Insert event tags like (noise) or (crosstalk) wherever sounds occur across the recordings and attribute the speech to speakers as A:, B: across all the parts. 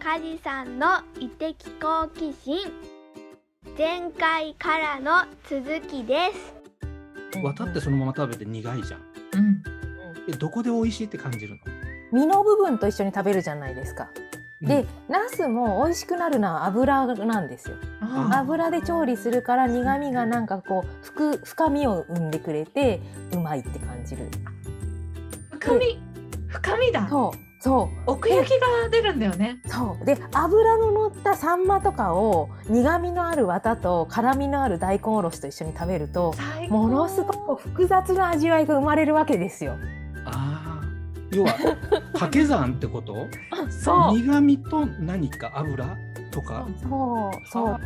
A: カジさんの異的好奇心前回からの続きです
B: 渡ってそのまま食べて苦いじゃん
C: うん、
B: えどこで美味しいって感じるの
C: 身の部分と一緒に食べるじゃないですか。で、ナスも美味しくなるのは油なんですよ。
B: あ
C: 油で調理するから苦味がなんかこう深深みを生んでくれてうまいって感じる。
D: 深み深みだ
C: そうそう
D: 奥行きが出るんだよね
C: そうで油の乗ったサンマとかを苦味のある綿と辛みのある大根おろしと一緒に食べると
D: 最高
C: ものすごく複雑な味わいが生まれるわけですよ。
B: あー
C: (laughs)
B: 要は掛け算ってこと
D: そう
B: 苦味と何か油とか
C: そうそう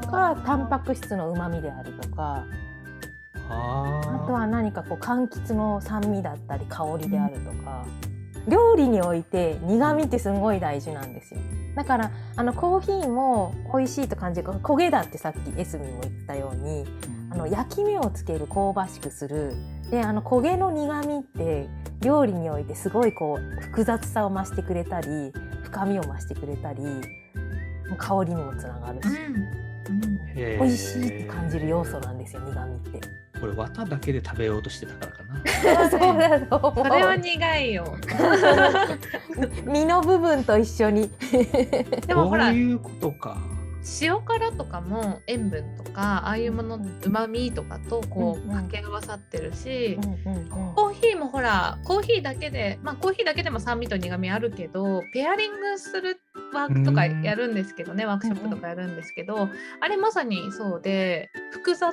C: とかタンパク質のうまみであるとか
B: あ
C: あ
B: ー
C: とは何かこう柑橘の酸味だったり香りであるとか、料理において苦味ってすごい大事なんですよだからあのコーヒーも美味しいと感じる焦げだってさっきエスミンも言ったようにあの焼き目をつける香ばしくするであの焦げの苦味って料理においてすごいこう複雑さを増してくれたり深みを増してくれたりもう香りにもつながるし、
D: う
B: へー
C: 美味しいって感じる要素なんですよ苦味って。
B: これ綿だけで食べようとしてたからかな
C: (laughs) そうだと思
D: ん、
C: う
D: それは苦いよ
C: (laughs) 身の部分と一緒に
D: (laughs) でもほら
B: そういうことか
D: 塩辛とかも塩分とかああいうものうまみとかとこ
C: うんう
D: うん掛け合わさってるし、
C: うんうんうん
D: コーヒーもほらコーヒーだけでまあコーヒーだけでも酸味と苦味あるけどペアリングするワークとか
B: うん
D: やるんですけどねワークショップとかやるんですけど、あれまさにそうで複雑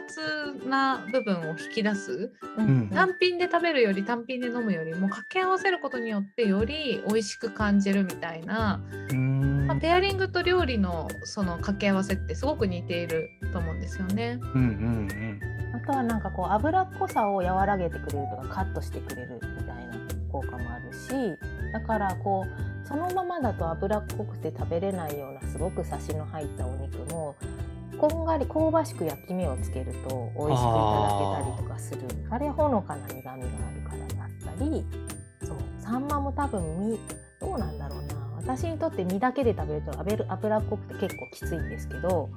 D: な部分を引き出す
B: うん
D: 単品で食べるより単品で飲むよりも掛け合わせることによってより美味しく感じるみたいな、
B: うーん
D: まあ、ペアリングと料理のその掛け合わせってすごく似ていると思うんですよね。
B: うんうん
C: あとはなんかこう脂っこさを和らげてくれるとかカットしてくれるみたいな効果もあるしだからこうそのままだと脂っこくて食べれないようなすごくサシの入ったお肉もこんがり香ばしく焼き目をつけると美味しくいただけたりとかするあれほのかな苦みがあるからだったりそうサンマも多分身どうなんだろうな私にとって身だけで食べると脂脂っこくて結構きついんですけど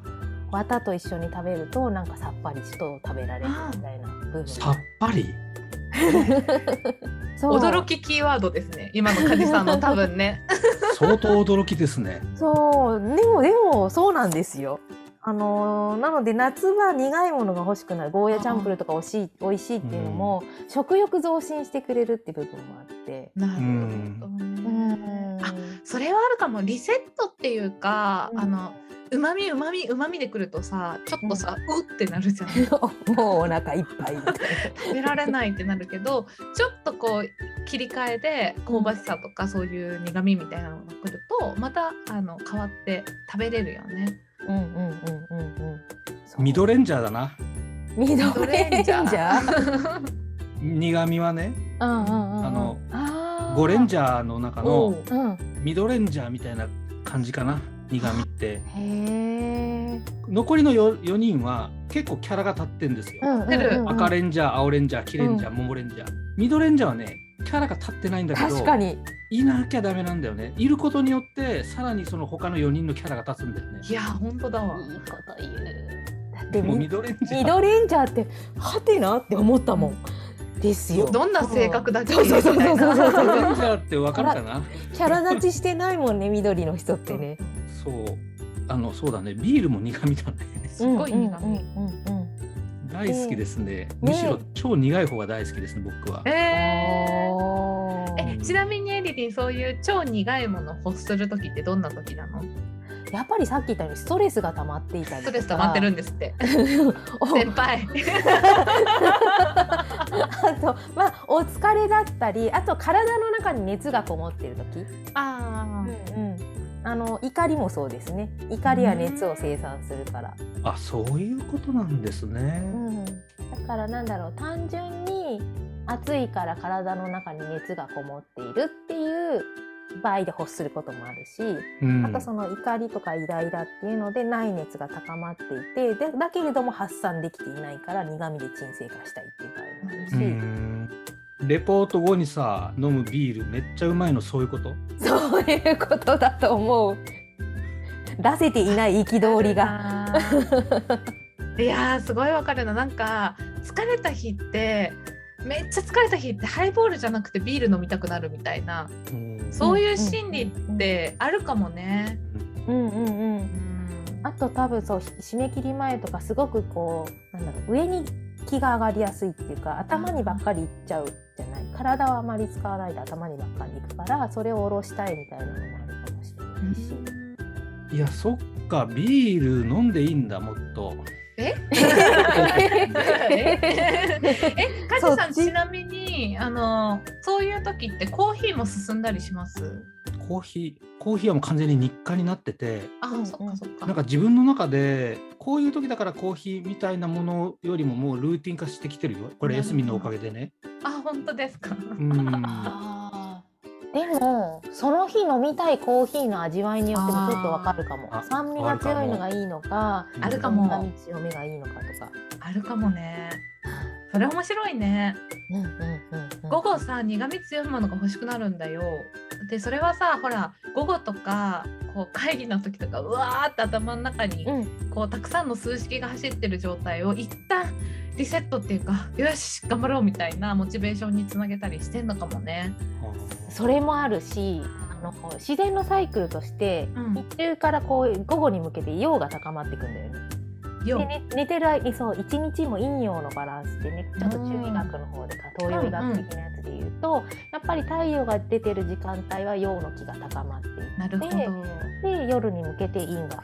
C: 綿と一緒に食べるとなんかさっぱりと食べられるみたいな部
B: う
C: 分
B: んさっぱり
C: そう
D: 驚きキーワードですね今の梶さんの多分
B: (laughs)
D: ね。
B: 相当驚きですね
C: そうでもでもそうなんですよ。あのーなので夏は苦いものが欲しくなるゴーヤチャンプルーとかおいしい美味しいっていうのも、食欲増進してくれるって部分もあって。
D: なるほど
C: う
D: ね
C: ん
D: あそれはあるかもリセットっていうか、
C: うん
D: あのうまみうまみうまみでくるとさちょっとさ、うってなる
C: (laughs)
D: じゃん食
C: (laughs) もうお腹いっぱいみたい
D: べられないってなるけどちょっとこう切り替えで香ばしさとかそういう苦みみたいなのがくるとまたあの変わって食べれるよね。
C: な。うんうんうんうんうん。そう
B: ミドレンジャーだな
C: ミドレンジャ
D: ミドレンジ
C: ー。
B: 苦味はね
C: うんうんうんうん。
B: あの
C: あー
B: ゴレンジャーの中
D: お
B: の
D: う
C: うん。
B: ミドレンジャーみたいな感じかな苦味って
C: へえ。
B: 残りの 4, 4人は結構キャラが立ってんですよ、
C: うんうんうんうん。
B: 赤レンジャー青レンジャー黄レンジャー桃レンジャーミドレンジャーはねキャラが立ってないんだけど
C: 確かに。
B: いなきゃダメなんだよねいることによってさらにその他の4人のキャラが立つんだよね
D: いや本当だわ。
C: いいこと言う。だって
B: もう
C: み
B: ミドレンジャ
C: ミ
B: ー
C: ドレンジャーってハテナって思ったもん。ですよ。
D: どんな性格だっけ
C: そうそうそうそうそうそう
B: ミドレンジャーってわか
C: (laughs)
B: るかな
C: キャラ立ちしてないもんね緑の人ってね。
B: そうあのそうだねビールも苦味だね (laughs)
D: すごい苦味。
C: うんうんうんうん
B: 大好きですねむしろ超苦い方が大好きですね僕は
D: えー
C: おー
D: えちなみにエリリンそういう超苦いものを欲する時ってどんな時なの
C: やっぱりさっき言ったようにストレスが溜まっていた
D: ス
C: りと
D: ト
C: か
D: レス溜まってるんですって
C: お
D: (laughs) 先輩
C: (laughs) あとまあお疲れだったりあと体の中に熱がこもってる時、
D: あー
C: うん、あの怒りもそうですね怒りは熱を生産するから、
B: あそういうことなんですね、
C: うん、だからなんだろう単純に暑いから体の中に熱がこもっているっていう場合で欲することもあるし、
B: うん
C: あとその怒りとかイライラっていうので内熱が高まっていてでだけれども発散できていないから苦味で沈静化したいっていう場合もあるし、
B: うんレポート後にさ飲むビールめっちゃうまいのそういうこと
C: そういうことだと思う。出せていない憤りが。
D: が。いやーすごいわかるななんか疲れた日ってめっちゃ疲れた日ってハイボールじゃなくてビール飲みたくなるみたいな
B: うん
D: そういう心理ってあるかもね。
C: うんうんうん
D: うん
C: あと多分そう締め切り前とかすごくこうなんだろう上に気が上がりやすいっていうか頭にばっかりいっちゃうじゃない体はあまり使わないで頭にばっかりいくからそれを下ろしたいみたいなのもあるかもしれないし。
B: いやそっかビール飲んでいいんだもっと
D: ええ
C: え
D: (laughs) カジさん
C: そっち
D: ちなみにあのそういう時ってコーヒーも進んだりします
B: コーヒーコーヒーはもう完全に日課になってて
D: あ、
C: うんうん
D: そっかそっか
B: なんか自分の中でこういう時だからコーヒーみたいなものよりももうルーティン化してきてるよこれ休みのおかげでね。
D: あ本当ですか
B: うん
C: (laughs) でもその日飲みたいコーヒーの味わいによってもちょっとわかるかも
B: あー
C: 酸味が強いのがいいのか
D: あるかも
C: 酸味強めがいいのかとか。
D: あるかもねそれ面白いね
C: うんうんうんうん
D: 午後さ苦味強いものが欲しくなるんだよでそれはさほら午後とかこう会議の時とかうわーって頭の中に
C: うん
D: こうたくさんの数式が走ってる状態を一旦リセットっていうかよし頑張ろうみたいなモチベーションにつなげたりしてんのかもね。
C: それもあるしあの自然のサイクルとして、
D: うん
C: 日中からこう午後に向けて陽が高まっていくんだよね。
D: よ
C: で、ね、寝てる間にそう一日も陰陽のバランスでねちょっと中医学の方でか東洋医学的なやつで言うと、やっぱり太陽が出てる時間帯は陽の気が高まっていっ
D: なるほど。
C: でて夜に向けて陰が増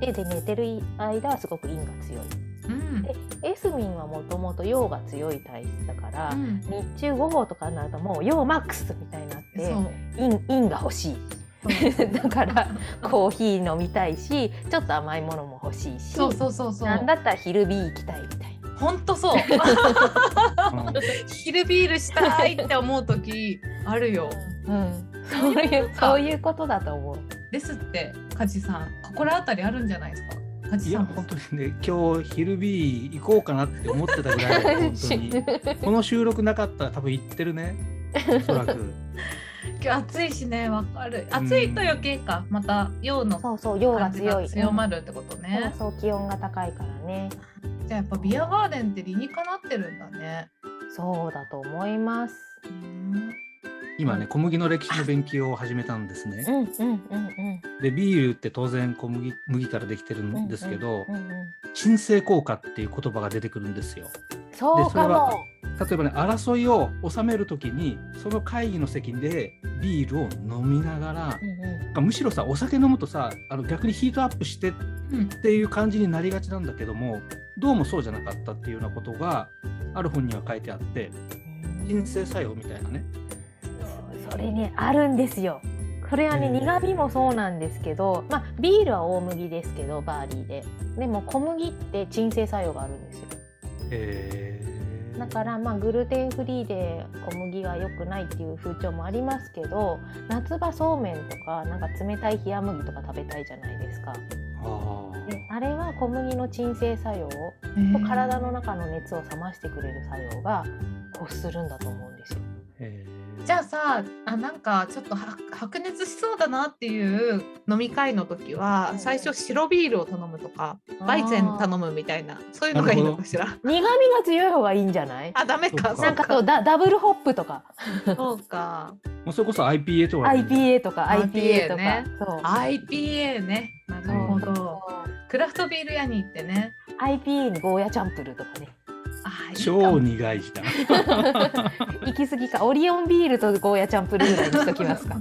C: えていってで寝てる間はすごく陰が強い。
D: うん
C: でエスミンはもともと陽が強い体質だから、
D: うん
C: 日中午後とかになるともう陽マックスみたいになって
D: そう
C: 陰陰が欲しい。
D: そう
C: (laughs) だからコーヒー飲みたいしちょっと甘いものも欲しいし
D: そうそうそうそ
C: なん
D: う
C: だったら昼日行きたいみたいな。
D: ほんとそう昼ビールしたいって思う (laughs) 時あるよ
C: うん、そういうそういうことだと思う。
D: ですってカジさん心当たりあるんじゃないですかカ
B: い
D: ジさ
B: や
D: ん
B: 本当にね今日昼日行こうかなって思ってたぐらいだよ本当にこの収録なかったら多分行ってるねおそら
C: (laughs)
B: く
D: 今日暑いしねわかる暑いと余計かまた陽の
C: (laughs) そうそう陽が
D: 感じ
C: 強
D: が
C: い。
D: 強まるってことね、
C: うんそうそう気温が高いからね。
D: じゃあやっぱビアガーデンって理にかなってるんだね。
C: そうだと思います。
B: 今ね小麦の歴史の勉強を始めたんですね
C: うんうんうん
B: でビールって当然小麦麦からできてる
C: うん。
B: んですけど
C: うんうん
B: 鎮静効果っていう言葉が出てくるんですよ
C: そうかも。
B: 例えばね争いを収めるときにその会議の席でビールを飲みながら
C: うんうん
B: むしろさお酒飲むとさあの逆にヒートアップしてっ
D: うん、
B: ていう感じになりがちなんだけどもどうもそうじゃなかったっていうようなことがある本には書いてあって人生作用みたいなね
C: それねあるんですよ。これはね、
B: へー
C: 苦味もそうなんですけど、まあ、ビールは大麦ですけどバーリーででも小麦って鎮静作用があるんですよ
B: へー
C: だから、まあ、グルテンフリーで小麦が良くないっていう風潮もありますけど夏場そうめんとかなんか冷たい冷麦とか食べたいじゃないですか
B: あー
C: であれは小麦の鎮静作用と体の中の熱を冷ましてくれる作用が発するんだと思うんですよ。
B: へー
D: じゃあさあなんかちょっとは白熱しそうだなっていう飲み会の時は最初白ビールを頼むとかバイゼン頼むみたいなそういうのがいいのかしら
C: 苦味が強い方がいいんじゃない
D: あダメか
B: そ
D: そ
C: な
D: うん
C: か
D: か
C: そうだダブルホップとか
D: そうか
B: もうそれこそ IPA とかね
C: IPA とか
D: IPA
C: IPA とか、
D: ね
C: そう
D: IPA ねなるほどクラフトビール屋に行ってね
C: IPA にゴーヤチャンプルーとかね
D: あいいか
B: 超苦い日だ
C: 行き過ぎかオリオンビールとゴーヤチャンプルーぐらいにしときますか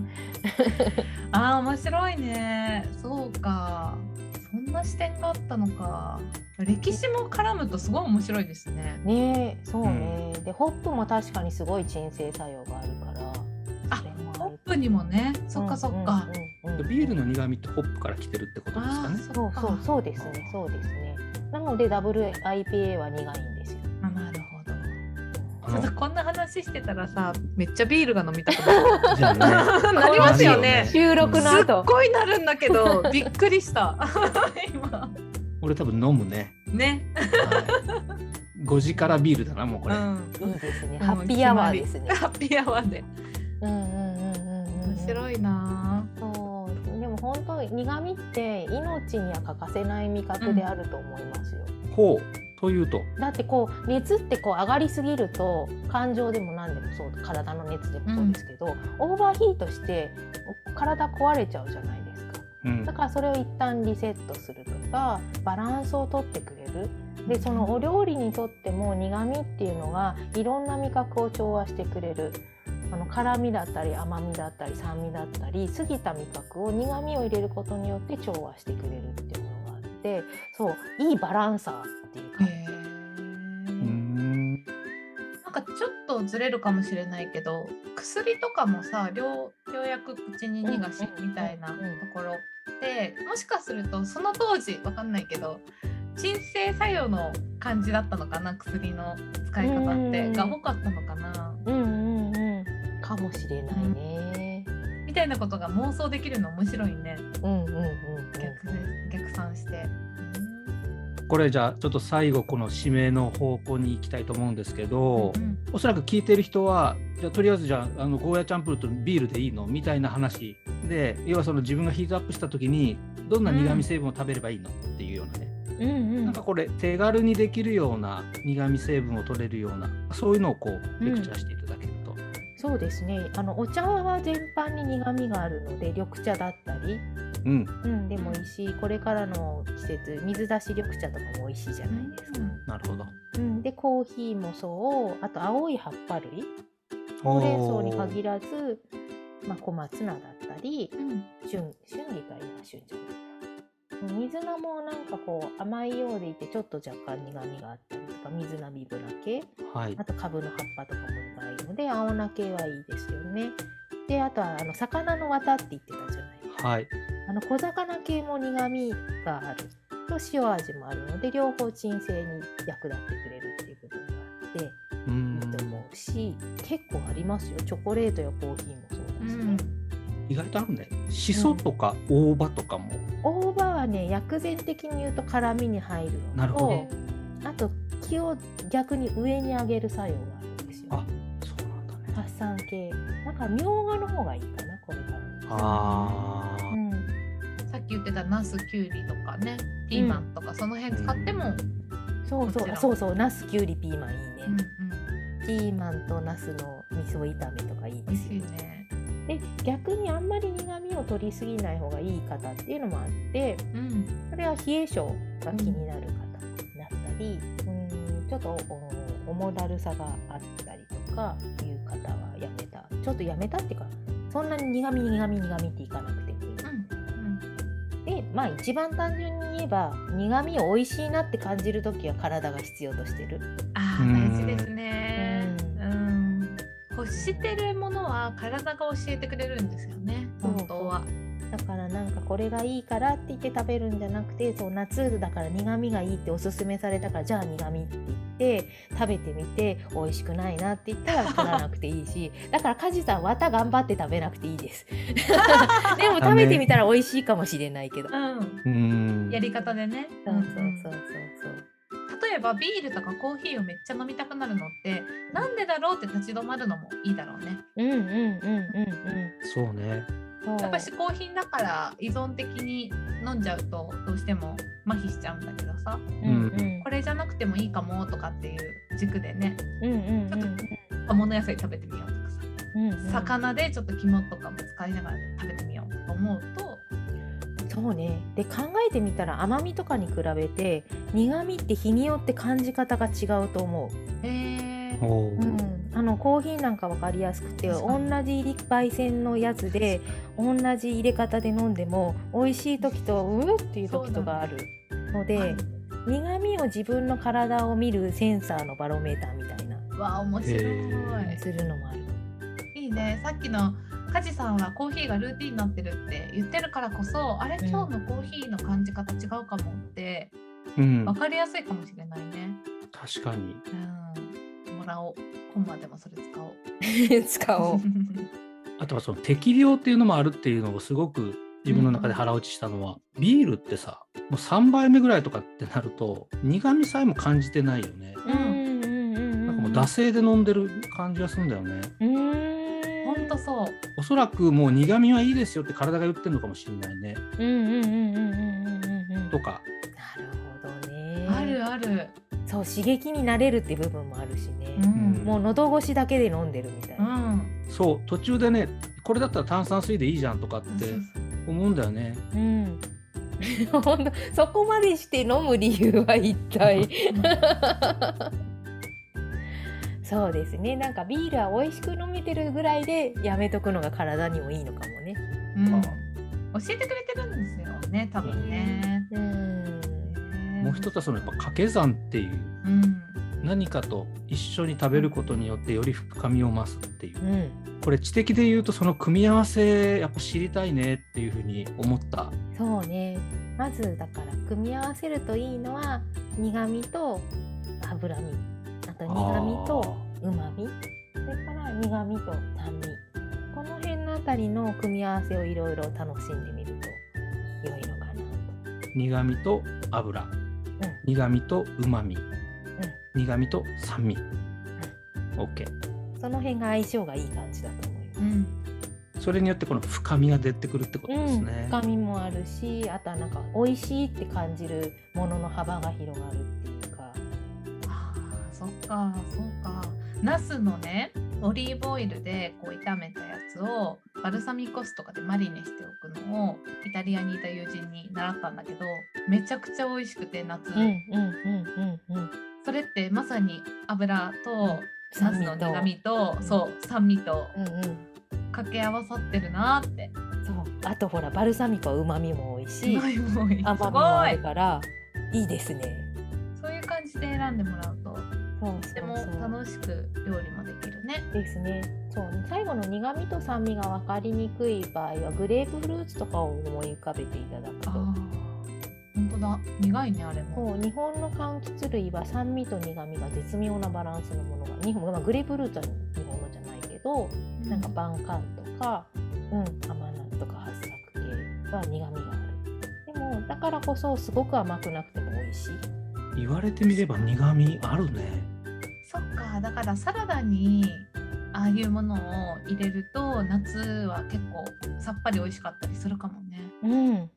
D: (laughs) あー面白いねそうかそんな視点があったのか歴史も絡むとすごい面白いですね
C: (laughs) ねえそうね、でホップも確かにすごい鎮静作用があるから
D: あ
C: それも
D: ホ
C: あ
D: ッ
C: る
D: プにもねそっかそっか、、
C: うんうんうんうん
B: (laughs) ビールの苦味ってホップから来てるってことですか
D: あ
B: ね
D: ー
C: そ
D: そっ
C: う
D: か
C: そうそうですねそうですねなのでダブル IPA は苦いんですよ
D: あなるほどち
B: あ
D: ょっ
B: の
D: とこんな話してたらさめっちゃビールが飲みたくな (laughs) る
B: じゃあ
D: (laughs)
B: ね
D: なりますよね
C: 収録
D: す
C: の後
D: っごいなるんだけ
C: (laughs)
D: どびっくりした今
B: 俺多分飲むね。
D: ね
B: 5時からビールだな、もうこ
D: う
B: れ。
D: ん
C: いいですね
D: うん
C: ハッピーアワーですね
D: ハッピーアワーで
C: うんうんうんうんうんうん
D: 面白いな
C: そうでも本当苦味って命には欠かせない味覚であると思いますよ。
B: ほうというと
C: だってこう熱ってこう上がりすぎると感情でも何でもそう体の熱でもそうですけど、オーバーヒートして体壊れちゃうじゃないですか。
B: うん
C: だからそれを一旦リセットするとかバランスをとってくれるでそのお料理にとっても苦味っていうのがいろんな味覚を調和してくれるあの辛味だったり甘みだったり酸味だったり過ぎた味覚を苦味を入れることによって調和してくれるっていうのがあってそういいバランサーっていうか、
D: へ
B: う
D: ー
B: ん
D: なんかちょっとずれるかもしれないけど薬とかもさようようやく口に逃がしみたいなと
C: うんうんうんうん
D: ころでもしかするとその当時わかんないけど鎮静作用の感じだったのかな薬の使い方っ
C: う
D: て
C: ん
D: が多かったのかな
C: うんうんうん、かもしれないね。
D: みたいなことが妄想できるの面白いね
C: うんうんうんうん
D: 逆逆算して。
B: これじゃあちょっと最後この指名の方向に行きたいと思うんですけど、
D: うん
B: おそらく聞いてる人はじゃあとりあえずじゃああのゴーヤチャンプルーとビールでいいのみたいな話で要はその自分がヒートアップした時にどんな苦味成分を食べればいいのっていうようなね、
C: うんうん
B: なんかこれ手軽にできるような苦味成分を取れるようなそういうのをこうレクチャーしていただけると、
C: そうですねあのお茶は全般に苦みがあるので緑茶だったり、
B: うん
C: うん、でもいいしこれからの季節水出し緑茶とかも美味しいじゃないですか。
B: なるほど
C: うん、でコーヒーもそうあと青い葉っぱ類ほうれん草に限らず、まあ、小松菜だったり
D: うん
C: 春春菊は今旬じゃないな水菜もなんかこう甘いようでいてちょっと若干苦みがあったりとか水菜ビブラ系
B: はい
C: あと株の葉っぱとかも苦いので青菜系はいいですよね。であとはあの魚の綿って言ってたじゃない
B: はい
C: あの小魚系も苦みがあると塩味もあるので両方鎮静に役立ってくれるっていうことがあって
B: うー
C: い
B: ん
C: いと思うし結構ありますよチョコレートやコーヒーもそう
D: う
C: だし
D: ん
C: ね。
B: 意外とあるねシソとか大葉とかも、
C: 大葉はね薬膳的に言うと辛みに入る
B: なる
C: の
B: ほ
C: と
B: ど
C: あと気を逆に上に上げる作用があるんですよ。
B: あそうなんだね
C: 発散系なんかみょうがの方がいいかなこれから
B: あー
C: うん
D: さっき言ってたナスキュウリとかねピーマンとかその辺使っても、
C: そう
D: こ
C: そ
D: ち
C: う
D: ら
C: あそうそうナスきゅうりピーマンいいね、
D: うん
C: ピーマンとナスの味噌炒めとかいい
D: 美
C: で
D: 味
C: す
D: しい
C: よ
D: ね。
C: で逆にあんまり苦味を取りすぎない方がいい方っていうのもあって
D: うん、
C: それは冷え性が気になる方だったり、うん、ちょっとお重だるさがあったりとかいう方はやめたちょっとやめたっていうかそんなに苦味苦味苦味っていかなくてもいい
D: うん、
C: でまあ一番単純に言えば苦味を美味しいなって感じる時は体が必要としてる
D: あー
B: うん
D: 大事ですね。
C: う
D: うん、欲してるものは体が教えてくれるんですよね。本当は。
C: だからなんかこれがいいからって言って食べるんじゃなくてそう夏だから苦味がいいっておすすめされたからじゃあ苦味って言って食べてみて美味しくないなって言ったら取らなくていいしだから梶さん綿頑張って食べなくていいですでも食べてみたら美味しいかもしれないけどそう
D: うん、
B: うーん
D: やり方でね。
C: そうそう
D: うん
C: そう
D: 例
C: そ
D: え
C: う
D: ばビールとかコーヒーをめっちゃ飲みたくなるのって、なんでだろうって立ち止まるのもいいだろうね。
C: うんうんうんうん
B: そうね
C: うん
D: やっぱ嗜好品だから依存的に飲んじゃうとどうしても麻痺しちゃうんだけどさ、
C: うんうん
D: これじゃなくてもいいかもとかっていう軸でね、
C: うんうん
D: ちょっと葉物野菜食べてみようとかさ。
C: うんうん
D: 魚でちょっと肝とかも使いながら食べてみようとか思うと
C: そうねで考えてみたら甘みとかに比べて苦みって日によって感じ方が違うと思
D: へえ
B: おおー、
C: う、あのコーヒーなんか分かりやすくて
D: 確
C: 同
D: かに
C: じ焙煎のやつで同じ入れ方で飲んでも美味しい時とうーっていう時とかあるので苦みを自分の体を見るセンサーのバロメーターみたいな
D: わあ面白
B: へ
D: い
C: するのもある
D: いいねさっきの梶さんはコーヒーがルーティンになってるって言ってるからこそあれ
C: うん
D: 今日のコーヒーの感じ方違うかもって
B: うん
D: 分、かりやすいかもしれないね
B: 確かに
D: うんもらおう今晩でもそれ使おう
C: (laughs) 使おう
B: あとはその適量っていうのもあるっていうのをすごく自分の中で腹落ちしたのは、ビールってさもう3杯目ぐらいとかってなると苦味さえも感じてないよね
C: うんうんうんうん
B: なんかもう惰性で飲んでる感じがするんだよね、
C: うーん
D: (laughs) 本当そう。
B: おそらくもう苦味はいいですよって体が言ってるのかもしれないね
C: うんうんうんうんうんうんうんうん。なる
B: とか
C: ほどね。
D: あるある。
C: そう刺激になれるって部分もあるしね。
D: うん。
C: もう喉越しだけで飲んでるみたいうな。
D: ん。
B: そう途中でねこれだったら炭酸水でいいじゃんとかって思うんだよね
C: うん。 (laughs) 本当そこまでして飲む理由は一体。そうですね。なんかビールは美味しく飲めてるぐらいでやめとくのが体にもいいのかもね。
D: うん教えてくれてるんですよね、多分ね。
C: うん。
B: もう一つはそのやっぱ掛け算っていう
D: うん。
B: 何かと一緒に食べることによってより深みを増すっていう
C: うん。
B: これ知的で言うとその組み合わせやっぱ知りたいねっていうふうに思った
C: そうね。まずだから組み合わせるといいのは苦味と脂身、あと苦味と旨味、それから苦味と酸味。この辺のあたりの組み合わせをいろいろ楽しんでみると良いのかなと。
B: 苦味と油、苦味とうまみ、苦味と酸味、OK
C: その辺が相性がいい感じだと思います。
D: うん。
B: それによってこの深みが出てくるってことですね、
C: 深みもあるし、あとはなんか美味しいって感じるものの幅が広がるっていうか。
D: ああ、そっか、そうか。ナスのね、オリーブオイルでこう炒めたやつをバルサミコ酢とかでマリネしておくのをイタリアにいた友人に習ったんだけど、めちゃくちゃ美味しくて夏。
C: うんうんうんうんうん。
D: それってまさに油とナスの苦味と、
C: うん
D: そう酸味と
C: うんうん。
D: 掛け合わさってるなーって。
C: そうあとほらバルサミコはうまみも多い
D: (laughs)
C: し
D: 甘みもいい
C: 甘みもあるからいいですね
D: すごい。そういう感じで選んでもらうと、
C: そう
D: とて
C: そう
D: も
C: そう
D: 楽しく料理もできるね。
C: ですねそう最後の苦味と酸味が分かりにくい場合はグレープフルーツとかを思い浮かべていただく
D: ああ
C: と。
D: 本当だ。苦いねあれも。
C: そう日本の柑橘類は酸味と苦味が絶妙なバランスのものが日本、まあ、グレープフルーツは日本のじゃないけど
D: う
C: なんかバンカンとか、うん、甘夏とか発作系は苦味があるでもだからこそすごく甘くなくても美味しい
B: 言われてみれば苦味あるね
D: そっか。だからサラダにああいうものを入れると夏は結構さっぱり美味しかったりするかもね。
C: うん。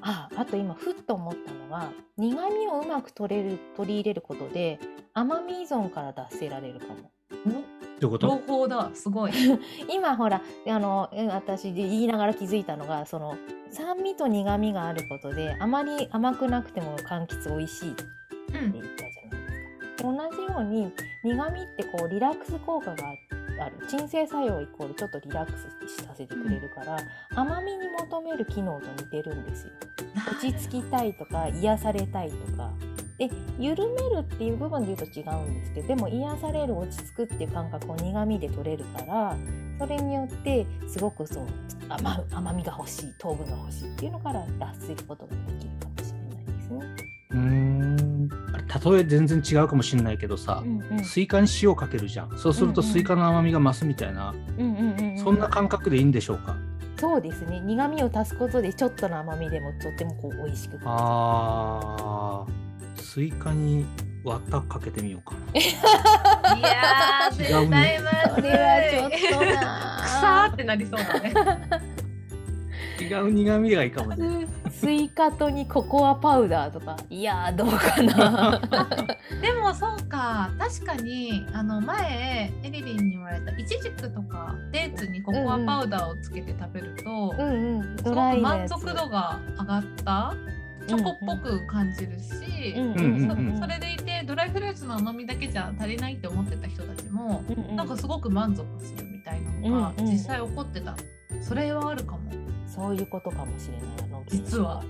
C: あ、あと今ふっと思ったのが、苦味をうまく取れる取り入れることで甘み依存から脱せられるかも。
B: どういうこ
D: 朗
B: と
D: 報だ。す
C: (laughs)
D: ごい。
C: 今ほらあのうん私言いながら気づいたのが、その酸味と苦味があることであまり甘くなくても柑橘美味しいって
D: うん
C: 言。ったじゃないですか。同じように苦味ってこうリラックス効果がある鎮静作用イコールちょっとリラックスさせてくれるから、甘みに求める機能と似てるんですよ。落ち着きたいとか癒されたいとかで緩めるっていう部分で言うと違うんですけどでも癒される落ち着くっていう感覚を苦味で取れるからそれによってすごくそう甘甘みが欲しい糖分が欲しいっていうのから脱することができるかもしれないですね。
B: うーんあれ例え全然違うかもしれないけどさ、
C: うんうん
B: スイカに塩かけるじゃんそうすると
C: うんうん
B: スイカの甘みが増すみたいな、
C: うんうんうんうん
B: そんな感覚でいいんでしょうか、
C: そうですね苦味を足すことでちょっとの甘みでもとってもこう美味しく感
B: あースイカに綿かけてみようかな
D: いやー、
B: 違
D: 絶
B: うね
D: 対まずい。
C: じる。これはちょっとな
D: (laughs) くさーってなりそうだね。
B: 違う苦味がいいかも
C: (laughs)
B: ね
C: スイカとにココアパウダーとかいやーどう
D: (laughs)
C: かな
D: でもそうか確かにあの前エリリンに言われたイチジクとかデーツにココアパウダーをつけて食べると、
C: うんうん
D: すご
C: ド
D: く
C: ライな
D: 満
C: やつ
D: 足度が上がったチョコっぽく感じるし、
C: うんうん
B: うんうん
D: そそれでいてドライフルーツの甘みだけじゃ足りないって思ってた人たちも、
C: うんうん
D: なんかすごく満足するみたいなのが
C: うんうん
D: 実際起こってた、それはあるかも
C: そういうことかもしれないあの
D: 実は。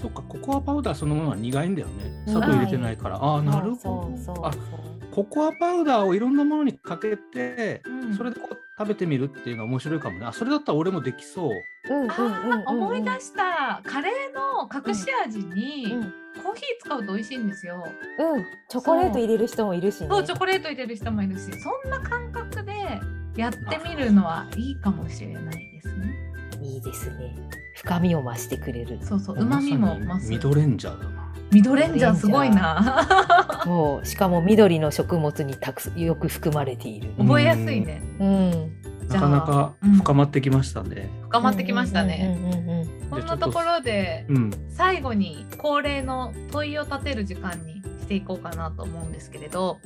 B: そっかココアパウダーそのものは苦いんだよね
C: うん
B: 砂糖入れてないから、ああーなるほ
C: そうそう
B: ど
C: そう
B: あココアパウダーをいろんなものにかけて、
D: うん
B: それでこう食べてみるっていうのは面白いかもねあそれだったら俺もできそう
C: うんうん
D: あ
C: うんうん
D: ー思い出したカレーの隠し味に、
C: うん
D: コーヒー使うと美味しいんですよ。
C: うんチョコレート入れる人もいるしね
D: そうチョコレート入れる人もいるし、そんな感覚でやってみるのはいいかもしれないですね。
C: いいですね深みを増してくれる
D: そうそう、旨味も
B: ま
D: 増
B: さ
D: す。
B: にミドレンジャーだな
D: ミドレンジャーすごいな。
C: そうしかも緑の食物にたくさんよく含まれている
B: ん
D: 覚えやすいね。
C: うん
D: じゃあ
B: なかなか深まってきましたね。
D: 深まってきましたね。
C: うんうんうんうん
D: こんなところで
B: うん、
D: 最後に恒例の問いを立てる時間にしていこうかなと思うんですけれど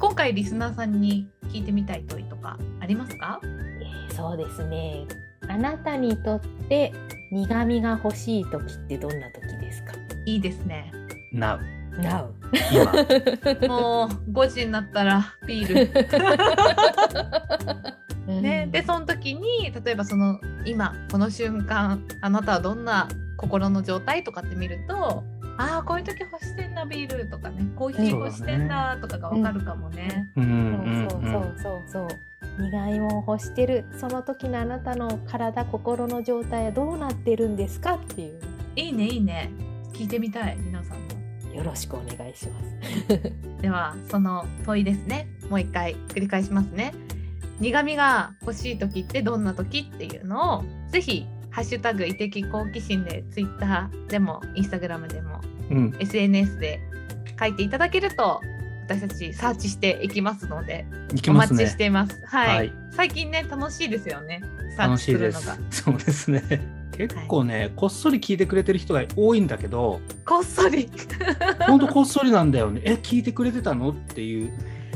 D: 今回リスナーさんに聞いてみたい問いとかありますか
C: そうですね。あなたにとって苦味が欲しい時ってどんな時ですか
D: いいですね
B: Now
C: ?Now。
B: 今
D: もう5時になったらビール、ね、でその時に例えばその今この瞬間あなたはどんな心の状態とかって見るとああこういう時欲してんだビールとかねコーヒー欲してんだとかがわかるかもね。
B: うんうん
C: そう
B: うん
C: そうそうそうそう。苦いもん欲してるその時のあなたの体心の状態はどうなってるんですかっていう
D: いいねいいね聞いてみたい皆さんも。
C: よろしくお願いします。
D: ではその問いですねもう一回繰り返しますね苦味が欲しい時ってどんな時っていうのをぜひハッシュタグ遺的好奇心でツイッターでもインスタグラムでも
B: うん、
D: SNS で書いていただけると私たちサーチしていきますので
B: 行き
D: お
B: ます
D: 待
B: ね。
D: ちしていますはい、
B: はい
D: 最近ね楽しいですよねサー
B: 楽
D: チ
B: し
D: す
B: い
D: る
B: で
D: のが
B: す。そうですね。結構ね、こっそり聞いてくれてる人が多いんだ
D: (laughs)
B: けど、
D: こっそり
B: 本当こっそりなんだよね。え、聞いてくれてたのっていう。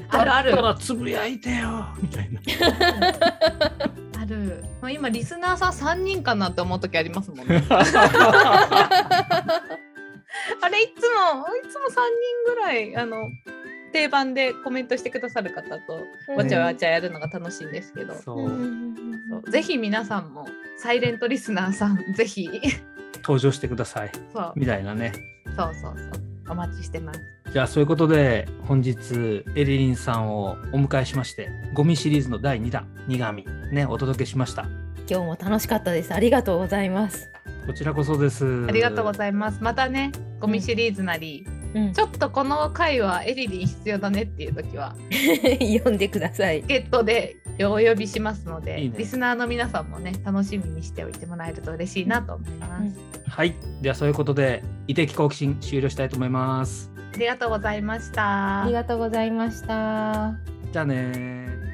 D: あるある
B: だったらつぶやいてよみ
D: (laughs)
B: たいな。
D: ある、まあ、今リスナーさん3人かなって思う時ありますもんね
B: (laughs)
D: あれいつもいつも3人ぐらいあの定番でコメントしてくださる方とわちゃわちゃやるのが楽しいんですけど、そ
B: そう、
D: うぜひ皆さんもサイレントリスナーさんぜひ
B: 登場してください
D: そう
B: みたいなね。
D: そうそうそうお待ちしてます
B: じゃあそういうことで本日エリリンさんをお迎えしましてゴミシリーズの第2弾「苦味」ねお届けしました
C: 今日も楽しかったです。ありがとうございます。
B: こちらこそです
D: ありがとうござ
B: い
D: いますまたねゴミシリーズなり、
C: うん
D: ちょっとこの回はエリリン必要だねっていう時は
C: 読んでください。
D: ゲットでお呼びしますので
B: いいね
D: リスナーの皆さんもね楽しみにしておいてもらえると嬉しいなと思います、
C: うん
B: ますはいではそういうことで遺的好奇心終了したいと思います
D: ありがとうございました
C: ありがとうございました。
B: じゃあねー